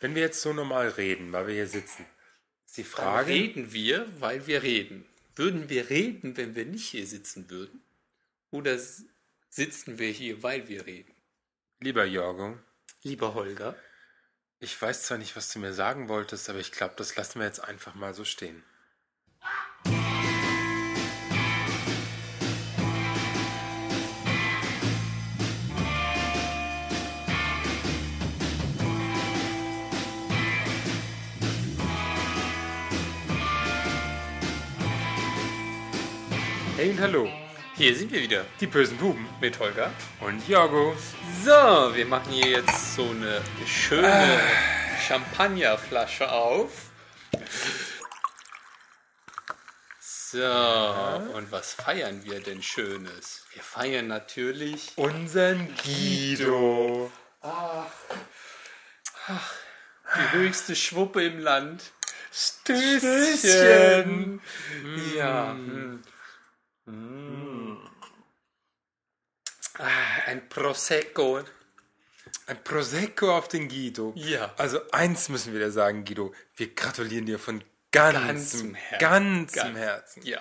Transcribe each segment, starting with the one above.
Wenn wir jetzt so normal reden, weil wir hier sitzen, ist die Dann Frage. reden wir, weil wir reden. Würden wir reden, wenn wir nicht hier sitzen würden? Oder s- sitzen wir hier, weil wir reden? Lieber Jorgo, Lieber Holger, ich weiß zwar nicht, was du mir sagen wolltest, aber ich glaube, das lassen wir jetzt einfach mal so stehen. Hey und hallo, hier sind wir wieder die bösen Buben mit Holger. und Jorgo. So, wir machen hier jetzt so eine schöne Ah. Champagnerflasche auf. So, und was feiern wir denn Schönes? Wir feiern natürlich Unseren Guido. die höchste Schwuppe im Land. Stößchen. Ja. mm. Hm. Ah, ein Prosecco. Ein Prosecco auf den Guido. Ja. Also eins müssen wir dir sagen, Guido. Wir gratulieren dir von ganzem, ganzem Ganzem Herzen. Herzen. Ganzem Ganz- Herzen. Ja.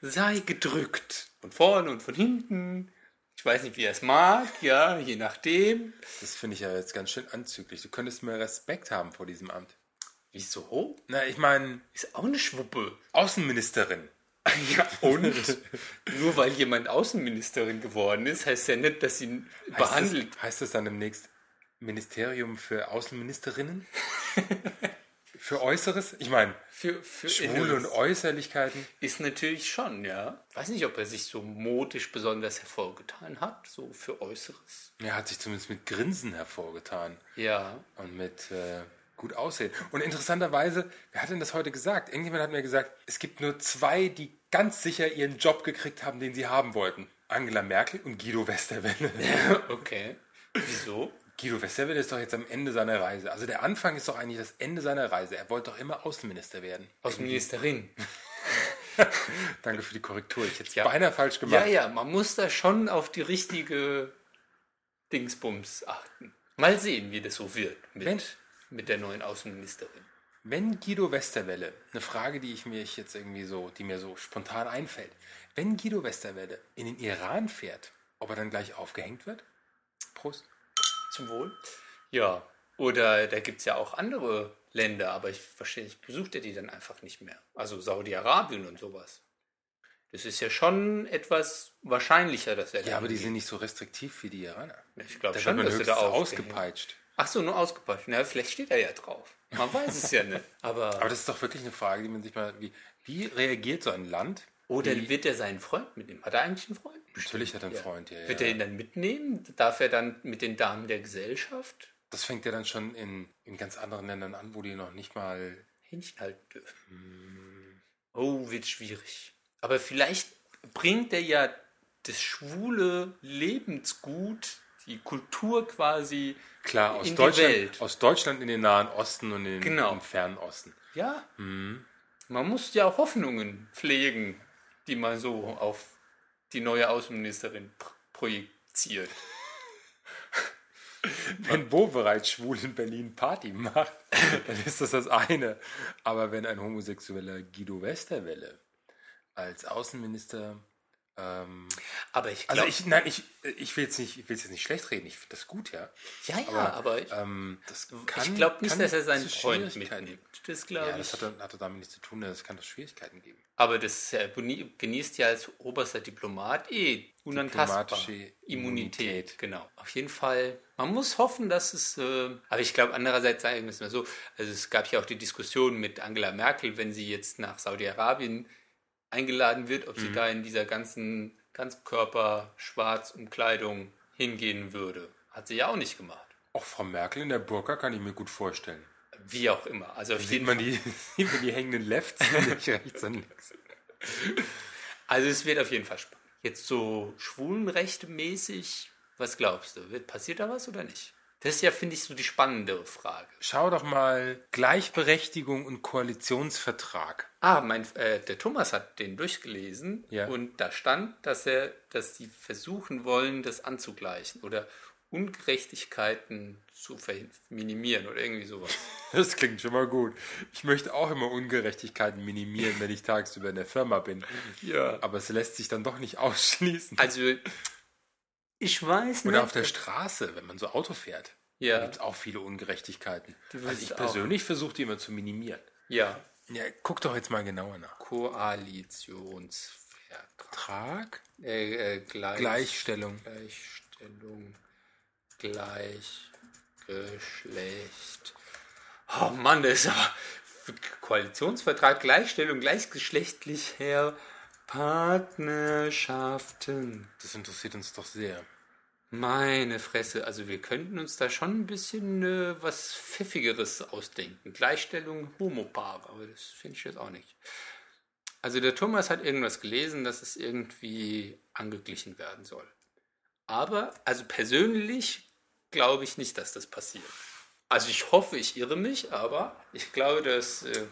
Sei gedrückt. Von vorne und von hinten. Ich weiß nicht, wie er es mag, ja, je nachdem. Das finde ich ja jetzt ganz schön anzüglich. Du könntest mir Respekt haben vor diesem Amt. Wieso? Na, ich meine, Ist auch eine Schwuppe. Außenministerin. Ja, und? Nur weil jemand Außenministerin geworden ist, heißt ja nicht, dass sie behandelt. Heißt das, heißt das dann demnächst Ministerium für Außenministerinnen? für Äußeres? Ich meine, Für, für Schwule Inneres. und Äußerlichkeiten. Ist natürlich schon, ja. Weiß nicht, ob er sich so modisch besonders hervorgetan hat, so für Äußeres. Er hat sich zumindest mit Grinsen hervorgetan. Ja. Und mit äh, gut aussehen. Und interessanterweise, wer hat denn das heute gesagt? Irgendjemand hat mir gesagt, es gibt nur zwei, die ganz sicher ihren Job gekriegt haben, den sie haben wollten. Angela Merkel und Guido Westerwelle. Okay. Wieso? Guido Westerwelle ist doch jetzt am Ende seiner Reise. Also der Anfang ist doch eigentlich das Ende seiner Reise. Er wollte doch immer Außenminister werden. Außenministerin. Danke für die Korrektur. Ich hätte es Ja. beinahe falsch Ja, gemacht. ja, man muss da schon auf die richtige Dingsbums achten. Mal sehen, wie das so wird Wenn- mit, mit der neuen Außenministerin. Wenn Guido Westerwelle, eine Frage, die ich mir jetzt irgendwie so, die mir so spontan einfällt, wenn Guido Westerwelle in den Iran fährt, ob er dann gleich aufgehängt wird? Prost. Zum Wohl. Ja, oder da gibt es ja auch andere Länder, aber ich verstehe nicht, besucht er die dann einfach nicht mehr? Also Saudi-Arabien und sowas. Das ist ja schon etwas wahrscheinlicher, dass er Ja, aber die hingeht. sind nicht so restriktiv wie die Iraner. Ich glaube Da schon, wird man dass er da höchstens auch ausgepeitscht. Ach so, nur ausgepackt. Na, vielleicht steht er ja drauf. Man weiß es ja nicht. Aber, Aber das ist doch wirklich eine Frage, die man sich mal... Wie, wie reagiert so ein Land? oder wird er seinen Freund mitnehmen? Hat er eigentlich einen Freund? Natürlich hat er einen Freund. Ja, Wird ja. er ihn dann mitnehmen? Darf er dann mit den Damen der Gesellschaft Das fängt ja dann schon in, in ganz anderen Ländern an, wo die noch nicht mal... Händchen halten dürfen? Oh, wird schwierig. Aber vielleicht bringt er ja das schwule Lebensgut, die Kultur quasi. Klar, aus, In die Welt. Deutschland, aus Deutschland in den Nahen Osten und in den Genau. im Fernen Osten. Ja, Hm. man muss ja auch Hoffnungen pflegen, die man so auf die neue Außenministerin pr projiziert. Wenn wo bereits schwul in Berlin Party macht, dann ist das das eine. Aber wenn ein homosexueller Guido Westerwelle als Außenminister... Ähm, Aber ich Also glaube, ich, nein, ich, ich will jetzt nicht, ich will jetzt nicht schlecht reden, ich finde das gut, ja. ja, ja, aber, aber, ich, Ähm, das kann, ich glaube nicht, kann dass er seinen zu Freund Schwierigkeiten- mitnimmt. Das glaube Ja, ich. das hat, doch- hat doch damit nichts zu tun, es kann doch Schwierigkeiten geben. Aber das ist ja- beni- genießt ja als oberster Diplomat eh unantastbar. Diplomatische Immunität. genau. Auf jeden Fall, man muss hoffen, dass es, äh, aber ich glaube, andererseits sagen wir es mal so, also es gab ja auch die Diskussion mit Angela Merkel, wenn sie jetzt nach Saudi-Arabien eingeladen wird, ob Mhm. sie da in dieser ganzen Ganzkörper-Schwarzumkleidung hingehen würde. Hat sie ja auch nicht gemacht. Auch Frau Merkel in der Burka kann ich mir gut vorstellen. Wie auch immer. Also auf Sieht jeden man die, sieht man die hängenden Lefts nicht rechts und links. Also es wird auf jeden Fall spannend. Jetzt so schwulenrechtmäßig, was glaubst du? Wird, passiert da was oder nicht? Das ist ja, finde ich, so die spannendere Frage. Schau doch mal Gleichberechtigung und Koalitionsvertrag. Ah, mein, äh, der Thomas hat den durchgelesen Ja. und da stand, dass er, dass sie versuchen wollen, das anzugleichen oder Ungerechtigkeiten zu verhin- minimieren oder irgendwie sowas. Das klingt schon mal gut. Ich möchte auch immer Ungerechtigkeiten minimieren, wenn ich tagsüber in der Firma bin. Ja. Aber es lässt sich dann doch nicht ausschließen. Also, ich weiß nicht. Oder auf der Straße, wenn man so Auto fährt, Ja. gibt es auch viele Ungerechtigkeiten. Die Also wird's ich auch. persönlich versuche die immer zu minimieren. ja, Ja, guck doch jetzt mal genauer nach. Koalitionsvertrag. Trag, Äh, äh, gleich, Gleichstellung. Gleichstellung. Gleichgeschlecht. Oh Mann, das ist aber. Koalitionsvertrag, Gleichstellung, gleichgeschlechtlich her. Partnerschaften. Das interessiert uns doch sehr. Meine Fresse, also wir könnten uns da schon ein bisschen äh, was Pfiffigeres ausdenken. Gleichstellung Homopaare, aber das finde ich jetzt auch nicht. Also der Thomas hat irgendwas gelesen, dass es irgendwie angeglichen werden soll. Aber, also persönlich glaube ich nicht, dass das passiert. Also ich hoffe, ich irre mich, aber ich glaube, dass, äh,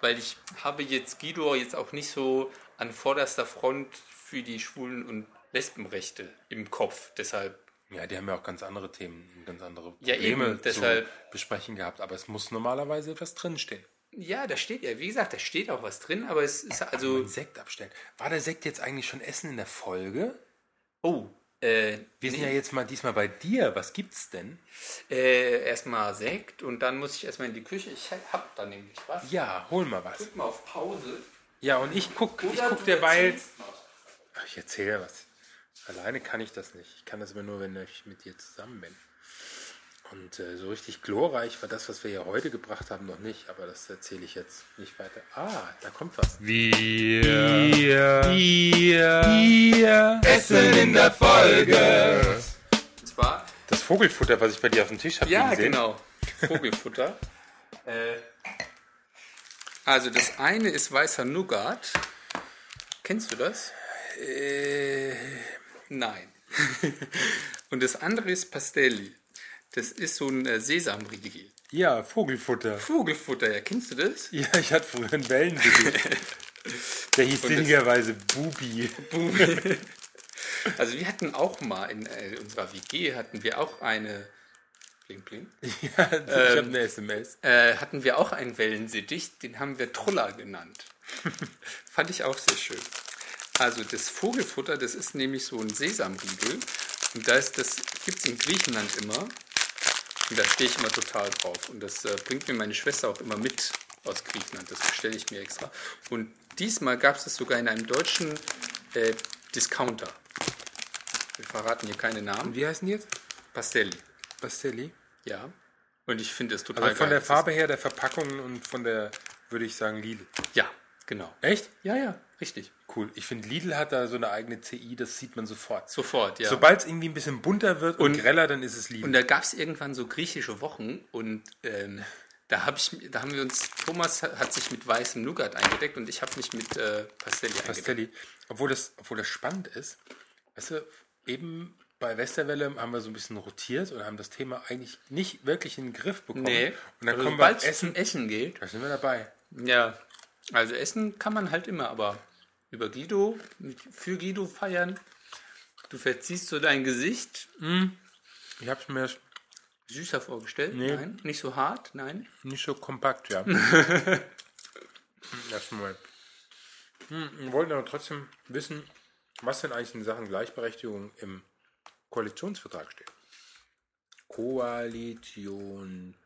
weil ich habe jetzt Guido jetzt auch nicht so an vorderster Front für die Schwulen- und Lesbenrechte im Kopf. Deshalb, Ja, die haben ja auch ganz andere Themen, und ganz andere Ja, eben, Probleme zu deshalb- besprechen gehabt. Aber es muss normalerweise etwas drinstehen. ja, da steht ja, wie gesagt, da steht auch was drin, aber es ist Einen also, Sekt abstellen. War der Sekt jetzt eigentlich schon Essen in der Folge? oh, äh, Wir sind ja jetzt mal diesmal bei dir. Was gibt's denn? äh, erstmal Sekt und dann muss ich erstmal in die Küche. Ich hab da nämlich was. Ja, hol mal was. Drück mal auf Pause. Ja, und ich guck, ich Oder guck du derweil. erzählst noch. Ach, Ich erzähle was. Alleine kann ich das nicht. Ich kann das immer nur, wenn ich mit dir zusammen bin. Und äh, so richtig glorreich war das, was wir ja heute gebracht haben, noch nicht. Aber das erzähle ich jetzt nicht weiter. Ah, da kommt was. Und zwar Das Vogelfutter, was ich bei dir auf dem Tisch habe. Ja, genau. Vogelfutter. äh, also das eine ist weißer Nougat. Kennst du das? Äh, Nein. Und das andere ist Pastelli. Das ist so ein äh, Sesamriegel. Ja, Vogelfutter. Vogelfutter, ja, kennst du das? Ja, ich hatte früher einen Wellensittich. Der hieß sinnigerweise Bubi. Also wir hatten auch mal in äh, unserer WG hatten wir auch eine Bling Bling. Ja, ich habe eine SMS. äh, hatten wir auch einen Wellensittich, den haben wir Trulla genannt. Fand ich auch sehr schön. Also das Vogelfutter, das ist nämlich so ein Sesamriegel. Und da ist das gibt es in Griechenland immer. Und da stehe ich immer total drauf. Und das äh, bringt mir meine Schwester auch immer mit aus Griechenland. Das bestelle ich mir extra. Und diesmal gab es das sogar in einem deutschen äh, Discounter. Wir verraten hier keine Namen. Wie heißen die jetzt? Pastelli. Pastelli. Ja. Und ich finde es total Also von geil. der Farbe her, der Verpackung und von der, würde ich sagen, Lidl. Ja, genau. Echt? Ja, ja, richtig. Cool. Ich finde, Lidl hat da so eine eigene CI, das sieht man sofort. Sofort, ja. Sobald es irgendwie ein bisschen bunter wird und, Und- greller, dann ist es Lidl. und da gab es irgendwann so griechische Wochen und ähm, da, hab ich, da haben wir uns, Thomas ha- hat sich mit weißem Nougat eingedeckt und ich habe mich mit äh, Pastelli eingedeckt. Pastelli. Obwohl das, obwohl das spannend ist, weißt du, eben bei Westerwelle haben wir so ein bisschen rotiert und haben das Thema eigentlich nicht wirklich in den Griff bekommen. Nee, Und dann also kommen wir sobald auf es Essen. Essen, Essen geht. Da sind wir dabei. Ja, also Essen kann man halt immer, aber über Guido, mit, für Guido feiern, du verziehst so dein Gesicht, Ich habe es mir süßer vorgestellt, Nee. nein, nicht so hart, nein. nicht so kompakt, ja. Erstmal. Hm, Wir wollten aber trotzdem wissen, was denn eigentlich in Sachen Gleichberechtigung im Koalitionsvertrag steht. Koalitionsvertrag.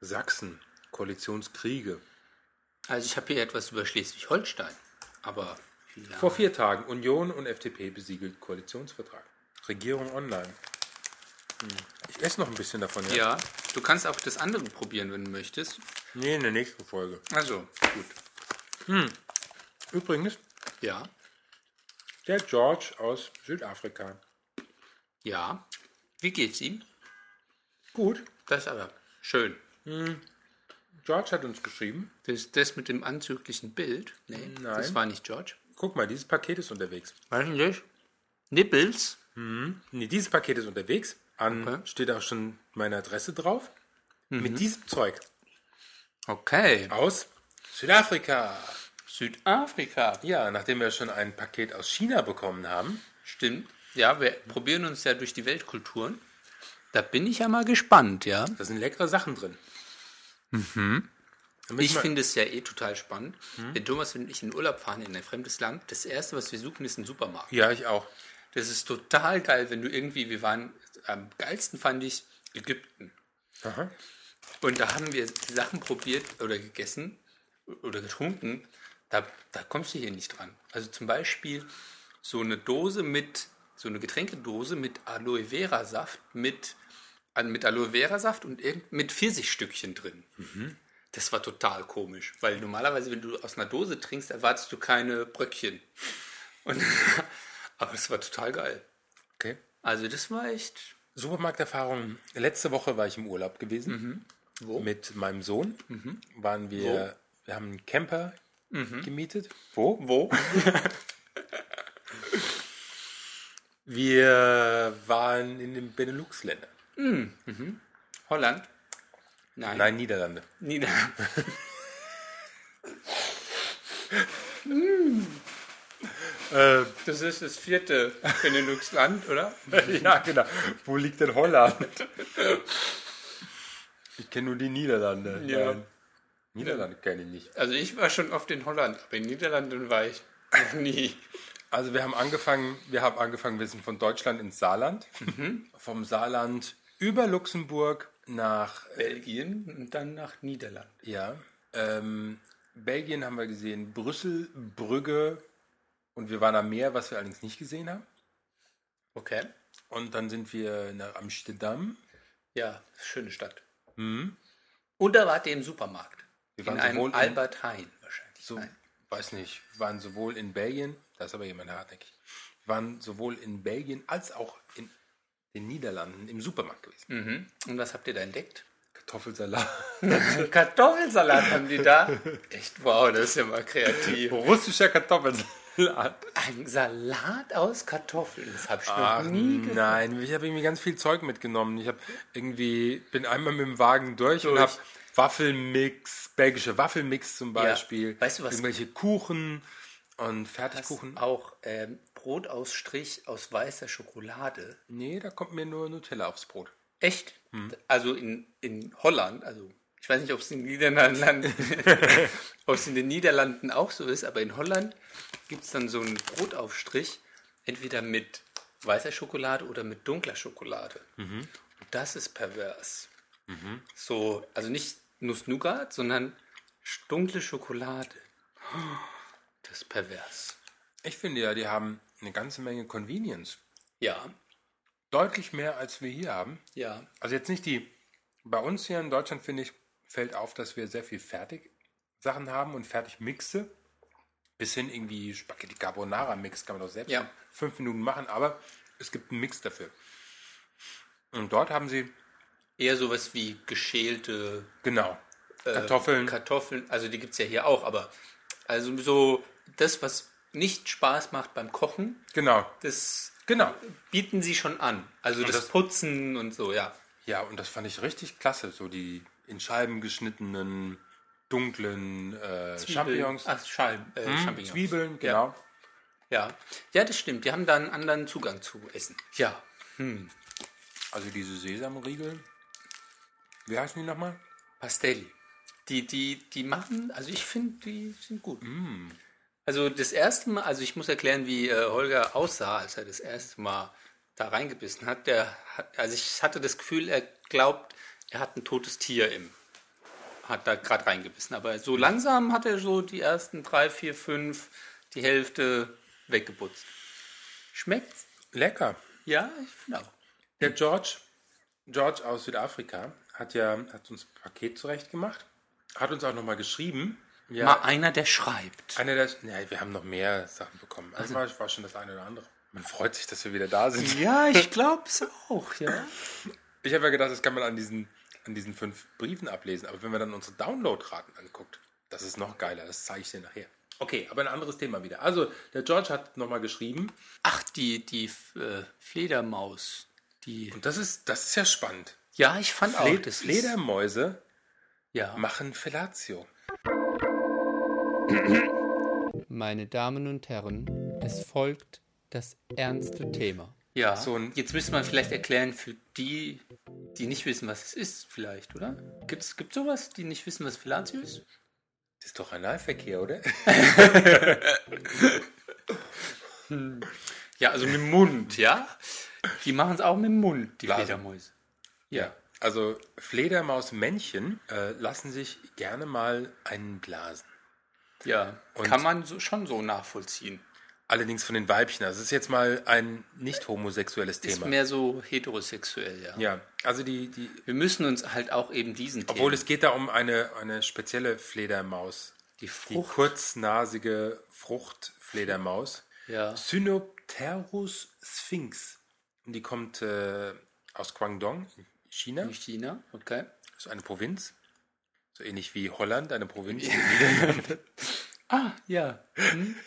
Sachsen. Koalitionskriege. Also ich habe hier etwas über Schleswig-Holstein, aber ja. Vor vier Tagen Union und FDP besiegelt Koalitionsvertrag. Regierung online. Hm. Ich esse noch ein bisschen davon. Ja, du kannst auch das andere probieren, wenn du möchtest. Nee, in der nächsten Folge. Also, gut. Übrigens, Ja, der George aus Südafrika. ja. Wie geht's ihm? Gut. Das ist aber schön. George hat uns geschrieben. Das, das mit dem anzüglichen Bild? Nee, Nein. das war nicht George. Guck mal, dieses Paket ist unterwegs. Weiß nicht. Nippels? Nee, dieses Paket ist unterwegs. An Okay. Mhm. steht auch schon meine Adresse drauf. Mit diesem Zeug Okay. aus Südafrika. Südafrika. Ja, nachdem wir schon ein Paket aus China bekommen haben, Stimmt. ja, wir probieren uns ja durch die Weltkulturen. Da bin ich ja mal gespannt, ja. Da sind leckere Sachen drin. Mhm. Ich finde es ja eh total spannend. Wenn Thomas und ich in Urlaub fahren in ein fremdes Land, das Erste, was wir suchen, ist ein Supermarkt. Ja, ich auch. Das ist total geil, wenn du irgendwie, wir waren, am geilsten fand ich Ägypten. Aha. Und da haben wir Sachen probiert oder gegessen oder getrunken. Da, da kommst du hier nicht dran. Also zum Beispiel so eine Dose mit, so eine Getränkedose mit Aloe Vera Saft, mit, an- mit Aloe Vera Saft und irgend- mit Pfirsichstückchen drin. Das war total komisch, weil normalerweise, wenn du aus einer Dose trinkst, erwartest du keine Bröckchen. Und, aber es war total geil. Okay. Also das war echt. Supermarkterfahrung. Letzte Woche war ich im Urlaub gewesen. Wo? Mit meinem Sohn waren wir, wir haben einen Camper gemietet. Mhm. Wo? Wo? Wir waren in den Benelux-Ländern. Holland? Nein. Nein, Niederlande. Nina. Äh, Das ist das vierte Benelux-Land, oder? ja, genau. Wo liegt denn Holland? ich kenne nur die Niederlande. Ja. Nein. Niederlande kenne ich nicht. Also ich war schon oft in Holland, aber in den Niederlanden war ich noch nie. Also wir haben angefangen, wir haben angefangen, wir sind von Deutschland ins Saarland. Mhm. Vom Saarland über Luxemburg nach Belgien und dann nach Niederland. Ja. Ähm, Belgien haben wir gesehen, Brüssel, Brügge und wir waren am Meer, was wir allerdings nicht gesehen haben. Okay. Und dann sind wir nach Amsterdam. Ja, schöne Stadt. Mhm. Und da wart ihr im Supermarkt. Wir in waren einem sowohl in- Albert Heijn wahrscheinlich. So, Nein. weiß nicht, waren sowohl in Belgien, da ist aber jemand hartnäckig, wir waren sowohl in Belgien als auch in den Niederlanden im Supermarkt gewesen. Mhm. Und was habt ihr da entdeckt? Kartoffelsalat. Kartoffelsalat haben die da. Echt, wow, das ist ja mal kreativ. Russischer Kartoffelsalat. Ein Salat aus Kartoffeln, das habe ich Ach, hm. noch nie gehört. nein, ich habe irgendwie ganz viel Zeug mitgenommen. Ich habe irgendwie, bin einmal mit dem Wagen durch, und Durch. habe Waffelmix, belgische Waffelmix zum Beispiel. Weißt du, was- Irgendwelche Kuchen und Das Fertigkuchen. Auch ähm, Brot aus Strich aus weißer Schokolade. Nee, da kommt mir nur Nutella aufs Brot. Echt? Also in, in Holland, also ich weiß nicht, ob es in den Niederlanden, ob es in den Niederlanden auch so ist, aber in Holland gibt es dann so einen Brotaufstrich, entweder mit weißer Schokolade oder mit dunkler Schokolade. Und das ist pervers. So, also nicht Nuss-Nougat, sondern dunkle Schokolade. Das ist pervers. Ich finde ja, die haben eine ganze Menge Convenience. Ja, Deutlich mehr, als wir hier haben. ja. Also jetzt nicht die, bei uns hier in Deutschland, finde ich, fällt auf, dass wir sehr viel Fertigsachen haben und Fertigmixe. Bis hin irgendwie Spaghetti Carbonara Mix kann man doch selbst Ja. in fünf Minuten machen, aber es gibt einen Mix dafür. Und dort haben sie, Eher sowas wie geschälte genau, Äh, Kartoffeln. Kartoffeln, also die gibt es ja hier auch, aber also so das, was nicht Spaß macht beim Kochen, genau, das genau. bieten sie schon an. Also das, das- Putzen und so, ja. Ja, und das fand ich richtig klasse. So die in Scheiben geschnittenen, dunklen äh, Champignons, Hm? Ach, Scheiben, äh, Champignons. Zwiebeln, genau. Ja. ja, das stimmt. Die haben da einen anderen Zugang zu Essen. Ja. Also diese Sesamriegel. Wie heißen die nochmal? Pastelli. Die, die, die machen, also ich finde, die sind gut. Also das erste Mal, also ich muss erklären, wie äh, Holger aussah, als er das erste Mal da reingebissen hat. Der hat, also ich hatte das Gefühl, er glaubt, er hat ein totes Tier im. Hat da gerade reingebissen. Aber so langsam hat er so die ersten drei, vier, fünf, die Hälfte weggeputzt. Schmeckt's? Lecker. Ja, ich finde auch. Der George, George aus Südafrika hat ja hat uns ein Paket zurecht gemacht, hat uns auch nochmal geschrieben. Ja, Mal einer, der schreibt. einer der, ja, wir haben noch mehr Sachen bekommen. Also war, war schon das eine oder andere. Man freut sich, dass wir wieder da sind. Ja, ich glaub's auch, ja. Ich habe ja gedacht, das kann man an diesen, an diesen fünf Briefen ablesen. Aber wenn man dann unsere Downloadraten anguckt, das ist noch geiler. Das zeige ich dir nachher. Okay, aber ein anderes Thema wieder. Also, der George hat nochmal geschrieben. Ach, die, die äh, Fledermaus. Die. Und das ist, das ist ja spannend. Ja, ich fand Fle auch das. ist- Fledermäuse Ja. machen Fellatio. Meine Damen und Herren, es folgt das ernste Thema. Ja. So ein- Jetzt müsste man vielleicht erklären für die, die nicht wissen, was es ist, vielleicht, oder? Gibt's, gibt sowas, die nicht wissen, was Fellatio ist? Das ist doch Analverkehr, oder? Ja, also mit dem Mund, ja? Die machen es auch mit dem Mund, die Blasen. Fledermäuse. Ja. Also Fledermausmännchen äh, lassen sich gerne mal einen blasen. Ja. Und- Kann man so, schon so nachvollziehen. Allerdings von den Weibchen. Also es ist jetzt mal ein nicht homosexuelles Ist Thema. mehr so heterosexuell, ja. ja, also die, die Wir müssen uns halt auch eben diesen obwohl Themen, es geht da um eine, eine spezielle Fledermaus. die Die Frucht, kurznasige Fruchtfledermaus. ja. Synopterus sphinx. Und die kommt äh, aus Guangdong, in China. in China, ne? okay. Das ist eine Provinz. So ähnlich wie Holland, eine Provinz. Ah, ja. Hm.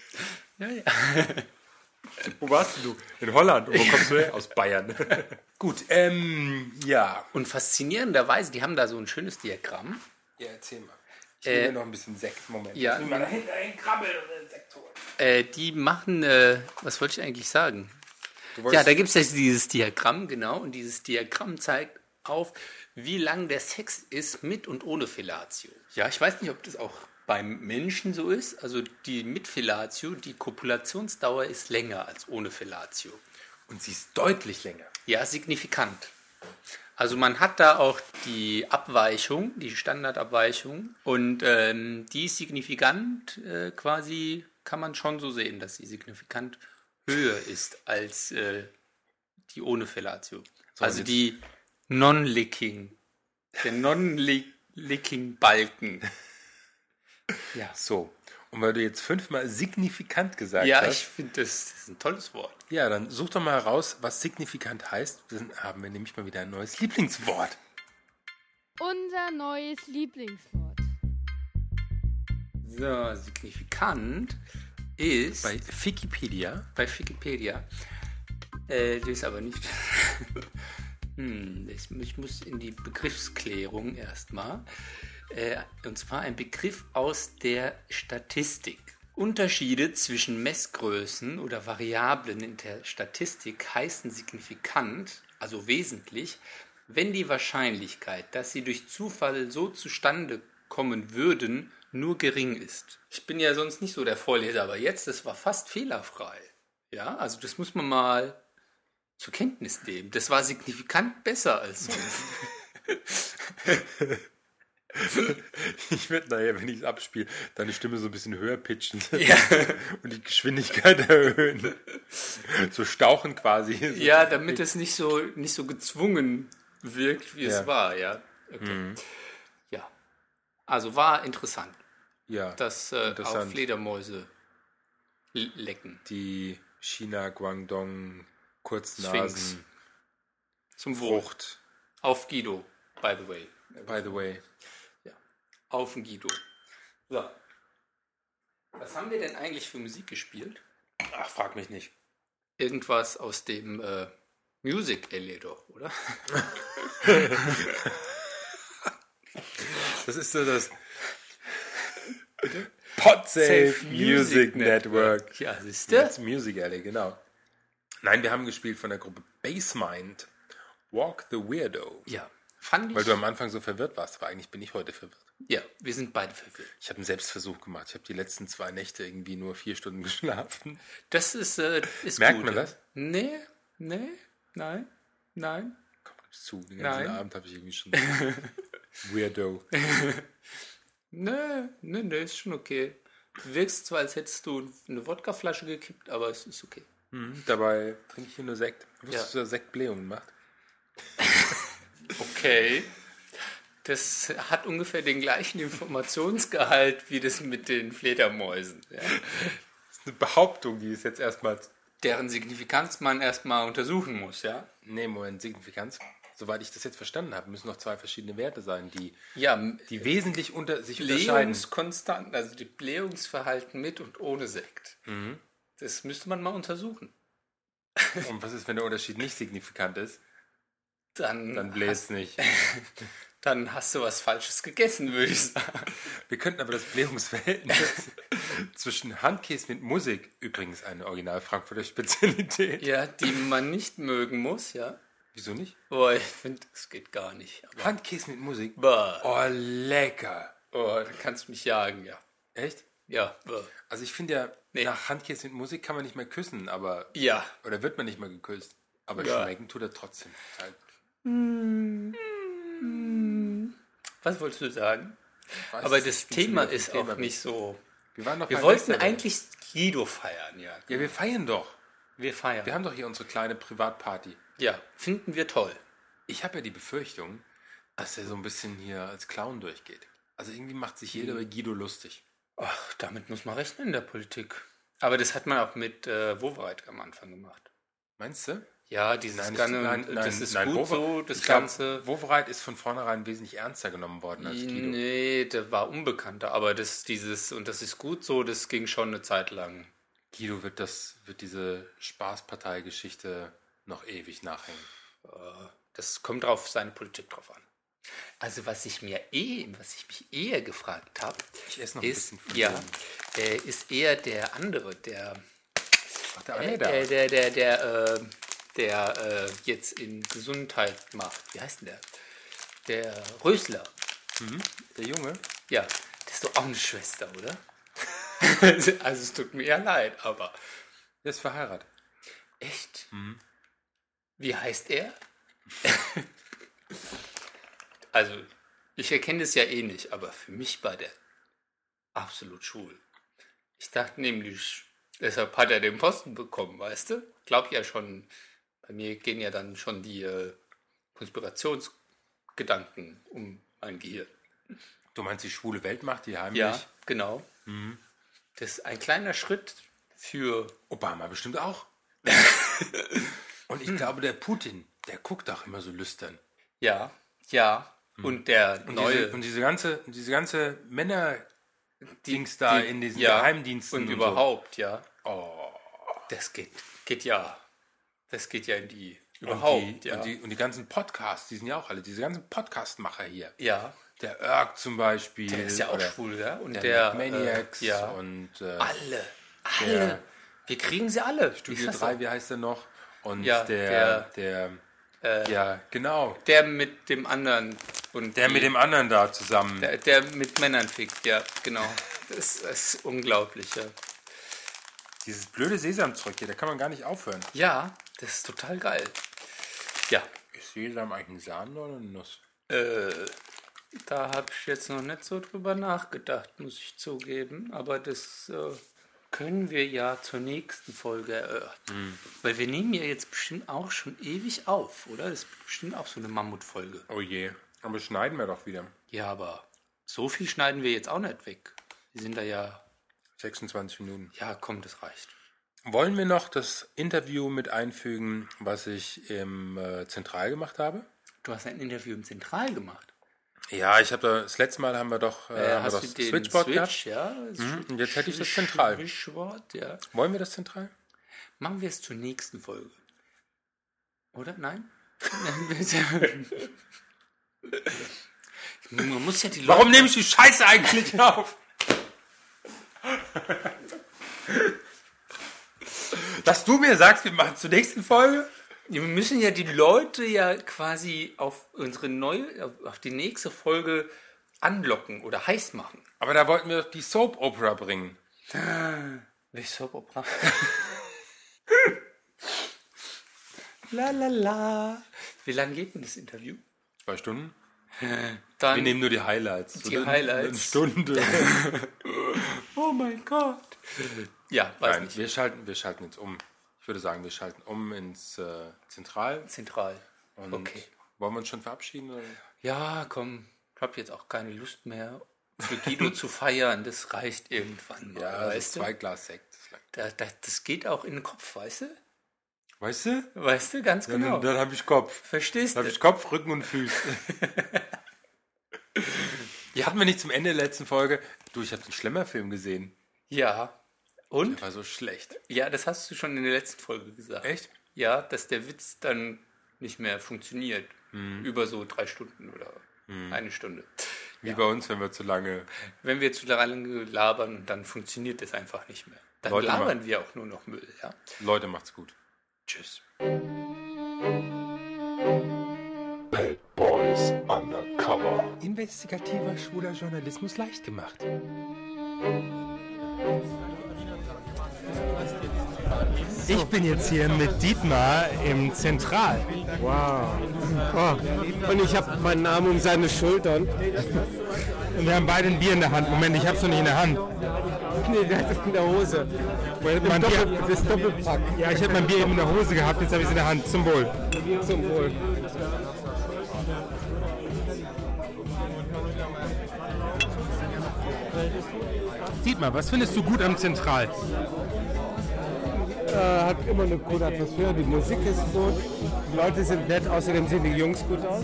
Ja, ja. Wo warst du? In Holland. Und wo kommst du her? Aus Bayern. Gut, ähm, ja. Und faszinierenderweise, die haben da so ein schönes Diagramm. Ja, erzähl mal. Ich Äh, nehme noch ein bisschen Sekt. Moment. ja. Ich nehme mal da hinten einen Krabbel. Sekt holen. Äh, die machen, äh, was wollte ich eigentlich sagen? Du Ja, wolltest- da gibt es jetzt dieses Diagramm, genau. Und dieses Diagramm zeigt auf, wie lang der Sex ist mit und ohne Fellatio. Ja, ich weiß nicht, ob das auch beim Menschen so ist. Also die mit Fellatio, die Kopulationsdauer ist länger als ohne Fellatio. Und sie ist deutlich länger. Ja, signifikant. Also man hat da auch die Abweichung, die Standardabweichung. Und ähm, die ist signifikant äh, quasi, kann man schon so sehen, dass sie signifikant höher ist als äh, die ohne Fellatio. So, also und jetzt- die Non-Licking. Der Non-Licking-Balken. ja. So. Und weil du jetzt fünfmal signifikant gesagt Ja, ich hast, finde, das ist ein tolles Wort. ja, dann such doch mal heraus, was signifikant heißt. Dann haben wir nämlich mal wieder ein neues Lieblingswort. Unser neues Lieblingswort. So, signifikant ist... Bei Wikipedia bei Wikipedia. Äh, das ist aber nicht. hm, ich, ich muss in die Begriffsklärung erstmal. Äh, und zwar ein Begriff aus der Statistik. Unterschiede zwischen Messgrößen oder Variablen in der Statistik heißen signifikant, also wesentlich, wenn die Wahrscheinlichkeit, dass sie durch Zufall so zustande kommen würden, nur gering ist. Ich bin ja sonst nicht so der Vorleser, aber jetzt, das war fast fehlerfrei. Ja, also das muss man mal zur Kenntnis nehmen. Das war signifikant besser als sonst. Ich werde nachher, wenn ich es abspiele, deine Stimme so ein bisschen höher pitchen ja. und die Geschwindigkeit erhöhen. So stauchen quasi. ja, damit es nicht so, nicht so gezwungen wirkt, wie Ja. Mhm. es war, ja. Okay. Ja. Also war interessant, Ja, dass äh, auch Interessant. Fledermäuse l- lecken. die China, Guangdong, Sphinx. Kurznasen, Zum Wohl. Frucht. Auf Guido, by the way. By the way, Auf den Guido. So. Was haben wir denn eigentlich für Musik gespielt? ach, frag mich nicht. Irgendwas aus dem äh, Music LA doch, oder? Das ist so das Podsafe Safe Music Music Network. Ja, siehst That's Music Alley, genau. Nein, wir haben gespielt von der Gruppe Basemind. Walk the Weirdo. Ja. Fand Weil ich. du am Anfang so verwirrt warst, aber eigentlich bin ich heute verwirrt. ja, wir sind beide verwirrt. Ich habe einen Selbstversuch gemacht. Ich habe die letzten zwei Nächte irgendwie nur vier Stunden geschlafen. Das ist, äh, ist Merkt gut. man das? Nee, nee, nein, nein. Komm, gib's zu. Den ganzen Nein. Abend habe ich irgendwie schon. Weirdo. Nee, nee, nee, ist schon okay. Du wirkst zwar, als hättest du eine Wodkaflasche gekippt, aber es ist okay. Mhm. Dabei trinke ich hier nur Sekt. Wusstest du, dass Sekt Blähungen macht? Okay. Das hat ungefähr den gleichen Informationsgehalt wie das mit den Fledermäusen. Ja. Das ist eine Behauptung, die ist jetzt erstmal. Deren Signifikanz man erstmal untersuchen muss, ja? Nee, Moment, Signifikanz. Soweit ich das jetzt verstanden habe, müssen noch zwei verschiedene Werte sein, die, Ja, die wesentlich unter sich unterscheiden. Blähungskonstanten, also die Blähungsverhalten mit und ohne Sekt. Mhm. Das müsste man mal untersuchen. Und was ist, wenn der Unterschied nicht signifikant ist? Dann, Dann dann, bläst nicht. hast du was Falsches gegessen, würde ich sagen. Wir könnten aber das Blähungsverhältnis Zwischen Handkäse mit Musik, übrigens eine Original-Frankfurter Spezialität. Ja, die man nicht mögen muss, ja. Wieso nicht? Boah, ich finde, das geht gar nicht. Aber, Handkäse mit Musik. bah, Oh, lecker. oh, du kannst mich jagen, ja. Echt? Ja, bah. Also ich finde ja, Nee. nach Handkäse mit Musik kann man nicht mehr küssen, aber. ja. Oder wird man nicht mehr geküsst. Aber Ja. schmecken tut er trotzdem. Total. Was wolltest du sagen? Ich weiß, Aber es das ging schon Thema wieder ist zum auch nicht so. Wir waren noch Wir beim wollten Westerwelle. eigentlich Guido feiern, ja. Ja, wir feiern doch. Wir feiern. Wir haben doch hier unsere kleine Privatparty. ja, finden wir toll. Ich habe ja die Befürchtung, dass er so ein bisschen hier als Clown durchgeht. Also irgendwie macht sich Mhm. jeder über Guido lustig. Ach, damit muss man rechnen in der Politik. Aber das hat man auch mit äh, Wowereit am Anfang gemacht. Meinst du? Ja, dieses Nein, Ganze, ich- nein, das nein, ist nein, gut Wowe- so, das Ich glaub, Ganze. Wowereit ist von vornherein wesentlich ernster genommen worden als Guido. Nee, der war unbekannter, aber das, dieses, und das ist gut so, das ging schon eine Zeit lang. Guido wird das, wird diese Spaßpartei-Geschichte noch ewig nachhängen. Das kommt drauf seine Politik drauf an. Also was ich mir eh, was ich mich eher gefragt habe, Ich esse noch ein ist, bisschen Fliegen. ja, äh, ist eher der andere, der, Ach, der äh, Anne Ah, da. der, der, der, der, äh, der äh, jetzt in Gesundheit macht. Wie heißt denn der? Der Rösler. Der Junge. Ja, das ist doch auch eine Schwester, oder? also es tut mir ja leid, aber Der ist verheiratet. echt. Mhm. Wie heißt er? also, ich erkenne es ja eh nicht, aber für mich war der absolut schwul. Ich dachte nämlich, deshalb hat er den Posten bekommen, weißt du? Glaub ja schon, bei mir gehen ja dann schon die äh, Konspirationsgedanken um mein Gehirn. Du meinst die schwule Weltmacht, die heimlich? Ja, genau. Mhm. Das ist ein kleiner Schritt für. Obama bestimmt auch. Und ich glaube, der Putin, der guckt auch immer so lüstern. Ja, ja. Und der Mhm. Und, neue. Diese, und diese ganze, und diese ganze Männer-Dings die- da die- in diesen ja, Geheimdiensten Und, so. Oh. überhaupt, ja. Das geht, geht ja. Das geht ja in die. Überhaupt, und die, ja. Und die, und die ganzen Podcasts, die sind ja auch alle, diese ganzen Podcast-Macher hier. ja. Der Erg zum Beispiel. Der ist ja auch oder schwul, ja. Und Der, der. Maniacs äh, ja. und äh, alle. Alle. der- Wir kriegen sie alle. Ich Studio sag's 3, wie heißt der noch? Und Ja, der, der, ja, genau. doch. Der mit dem anderen. Und Der die- mit dem anderen da zusammen. Der, der mit Männern fickt, ja, genau. Das, das ist unglaublich, ja. Dieses blöde Sesamzeug hier, da kann man gar nicht aufhören. Ja, das ist total geil. Ja, Ist Sesam eigentlich ein Samen oder eine Nuss? äh, da habe ich jetzt noch nicht so drüber nachgedacht, muss ich zugeben. Aber das äh, können wir ja zur nächsten Folge erörtern. Mhm. Weil wir nehmen ja jetzt bestimmt auch schon ewig auf, oder? Das ist bestimmt auch so eine Mammutfolge. Oh je. Aber schneiden wir doch wieder. Ja, aber so viel schneiden wir jetzt auch nicht weg. Wir sind da ja, 26 Minuten. ja, komm, das reicht. Wollen wir noch das Interview mit einfügen, was ich im äh, Zentral gemacht habe? Du hast ein Interview im Zentral gemacht. Ja, ich habe da, das letzte Mal haben wir doch, äh, Äh, haben wir hast doch du den Switchboard gehabt. Switch, ja? und jetzt hätte ich das zentral. Switchboard, ja. Wollen wir das Zentral? Machen wir es zur nächsten Folge. Oder? Nein? Man muss ja die Leute. nehme ich die Scheiße eigentlich auf? Dass du mir sagst, wir machen zur nächsten Folge? Wir müssen ja die Leute ja quasi auf unsere neue, auf- auf die nächste Folge anlocken oder heiß machen. Aber da wollten wir doch die Soap Opera bringen. Welch Soap Opera? la la la. Wie lange geht denn das Interview? Zwei Stunden? Dann, Wir nehmen nur die Highlights. So Die eine- Highlights. Eine Stunde. oh mein Gott. Ja, weiß Nein, nicht. wir schalten, wir schalten jetzt um. Ich würde sagen, wir schalten um ins äh, Zentral. Zentral. Und Okay. Wollen wir uns schon verabschieden? Oder? Ja, komm, ich habe jetzt auch keine Lust mehr, für Guido zu feiern. Das reicht irgendwann mal, Ja, weißt also zwei Glas Sekt. das langt. du? Da, da, das geht auch in den Kopf, weißt du? Weißt du? Weißt du, ganz Dann, genau. dann habe ich Kopf. Verstehst Dann du? habe ich Kopf, Rücken und Füße. ja, hatten wir nicht zum Ende der letzten Folge. Du, ich habe den Schlemmerfilm gesehen. Ja. Und? Der war so schlecht. Ja, das hast du schon in der letzten Folge gesagt. Echt? Ja, dass der Witz Mhm. dann nicht mehr funktioniert. Über so drei Stunden oder eine Stunde. Wie bei uns, wenn wir zu lange. Wenn wir zu lange labern, dann funktioniert das einfach nicht mehr. Dann Leute, labern mal- wir auch nur noch Müll, ja? Leute, macht's gut. Tschüss. Bad Boys Undercover. Investigativer schwuler Journalismus leicht gemacht. Ich bin jetzt hier mit Dietmar im Zentral. Oh. Wow. Und ich habe meinen Namen um seine Schultern. Und wir haben beide ein Bier in der Hand. Moment, ich hab's noch nicht in der Hand. Nee, der hat es in der Hose. Mein Doppel, Bier, das Doppelpack. ja, ich hab mein Bier eben in der Hose gehabt, jetzt habe ich es in der Hand. Zum Wohl. Zum Wohl. Dietmar, was findest du gut am Zentral? Äh, hat immer eine coole Atmosphäre, die Musik ist gut, die Leute sind nett, außerdem sehen die Jungs gut aus.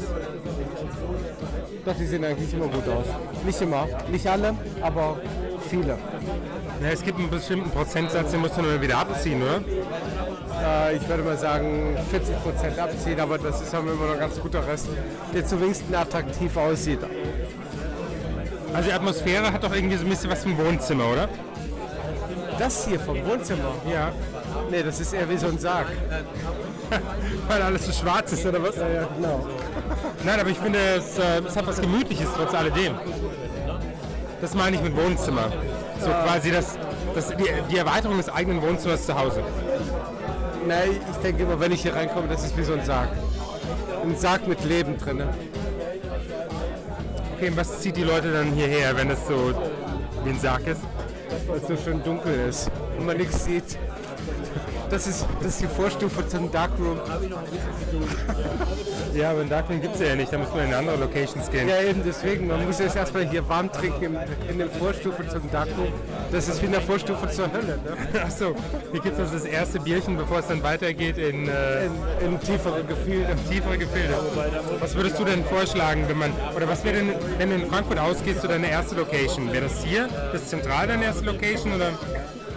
Doch, die sehen eigentlich immer gut aus. Nicht immer, nicht alle, aber viele. Na, es gibt einen bestimmten Prozentsatz, den musst du nur wieder abziehen, oder? Äh, ich würde mal sagen 40% abziehen, aber das ist haben wir immer noch ein ganz guter Rest, der zu wenigsten attraktiv aussieht. Also die Atmosphäre hat doch irgendwie so ein bisschen was vom Wohnzimmer, oder? Das hier vom Wohnzimmer, Ja. nee, das ist eher wie so ein Sarg. Weil alles so schwarz ist, oder was? Ja, ja, genau. Nein, aber ich finde, es, äh, es hat was Gemütliches trotz alledem. Das meine ich mit Wohnzimmer. So quasi das, das, die, die Erweiterung des eigenen Wohnzimmers zu Hause. Nein, ich denke immer, wenn ich hier reinkomme, das ist wie so ein Sarg. Ein Sarg mit Leben drin. Okay, und was zieht die Leute dann hierher, wenn das so wie ein Sarg ist? weil es so schön dunkel ist und man nichts sieht. Das ist, das ist die Vorstufe zum Darkroom. Ja, aber in Darkroom gibt es ja nicht, da muss man in andere Locations gehen. Ja, eben deswegen. Man muss jetzt erstmal hier warm trinken in, in der Vorstufe zum Darkroom. Das ist wie in der Vorstufe zur Hölle. Ne? Achso, hier gibt es also das erste Bierchen, bevor es dann weitergeht in äh, In, in tiefere Gefühle. tiefere Gefilde. Was würdest du denn vorschlagen, wenn man, oder was wäre denn, wenn du in Frankfurt ausgehst, so deine erste Location? Wäre das hier, das Zentral deine erste Location oder?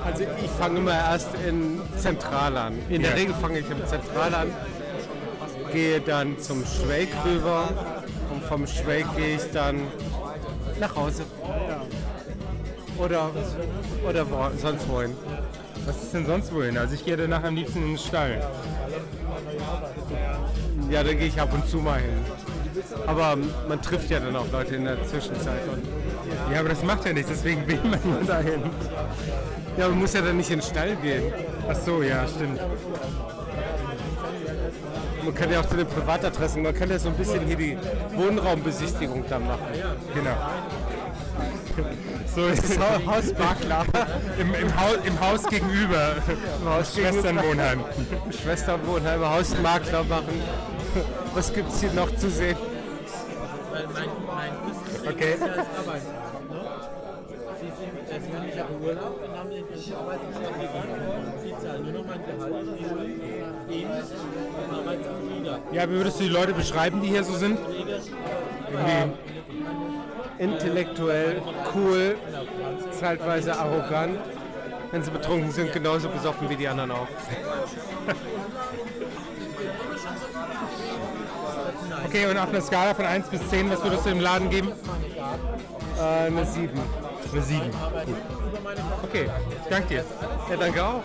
Also ich fange immer erst in Zentral an. In der Ja. Regel fange ich im Zentral an, gehe dann zum Schweig rüber und vom Schweig gehe ich dann nach Hause. Oder, oder wo, sonst wohin. Was ist denn sonst wohin? Also ich gehe danach am liebsten in den Stall. Ja, da gehe ich ab und zu mal hin. Aber man trifft ja dann auch Leute in der Zwischenzeit. Und, Ja, aber das macht ja nichts, deswegen will man ja dahin. ja, man muss ja dann nicht in den Stall gehen. Ach so, ja, stimmt. Man kann ja auch zu den Privatadressen, man kann ja so ein bisschen hier die Wohnraumbesichtigung dann machen. Genau. So ist es So, Hausmakler. im, im, Haus, im Haus gegenüber. Haus Schwesternwohnheim. Schwesternwohnheime, Hausmakler machen. Was gibt's hier noch zu sehen? Okay. Ja, wie würdest du die Leute beschreiben, die hier so sind? Irgendwie. Intellektuell, cool, zeitweise arrogant. Wenn sie betrunken sind, genauso besoffen wie die anderen auch. Okay, und auf einer Skala von 1 bis 10, was würdest du dem Laden geben? Äh, eine 7. Eine 7. Gut. Okay, ich danke dir. Ja, danke auch.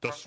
Das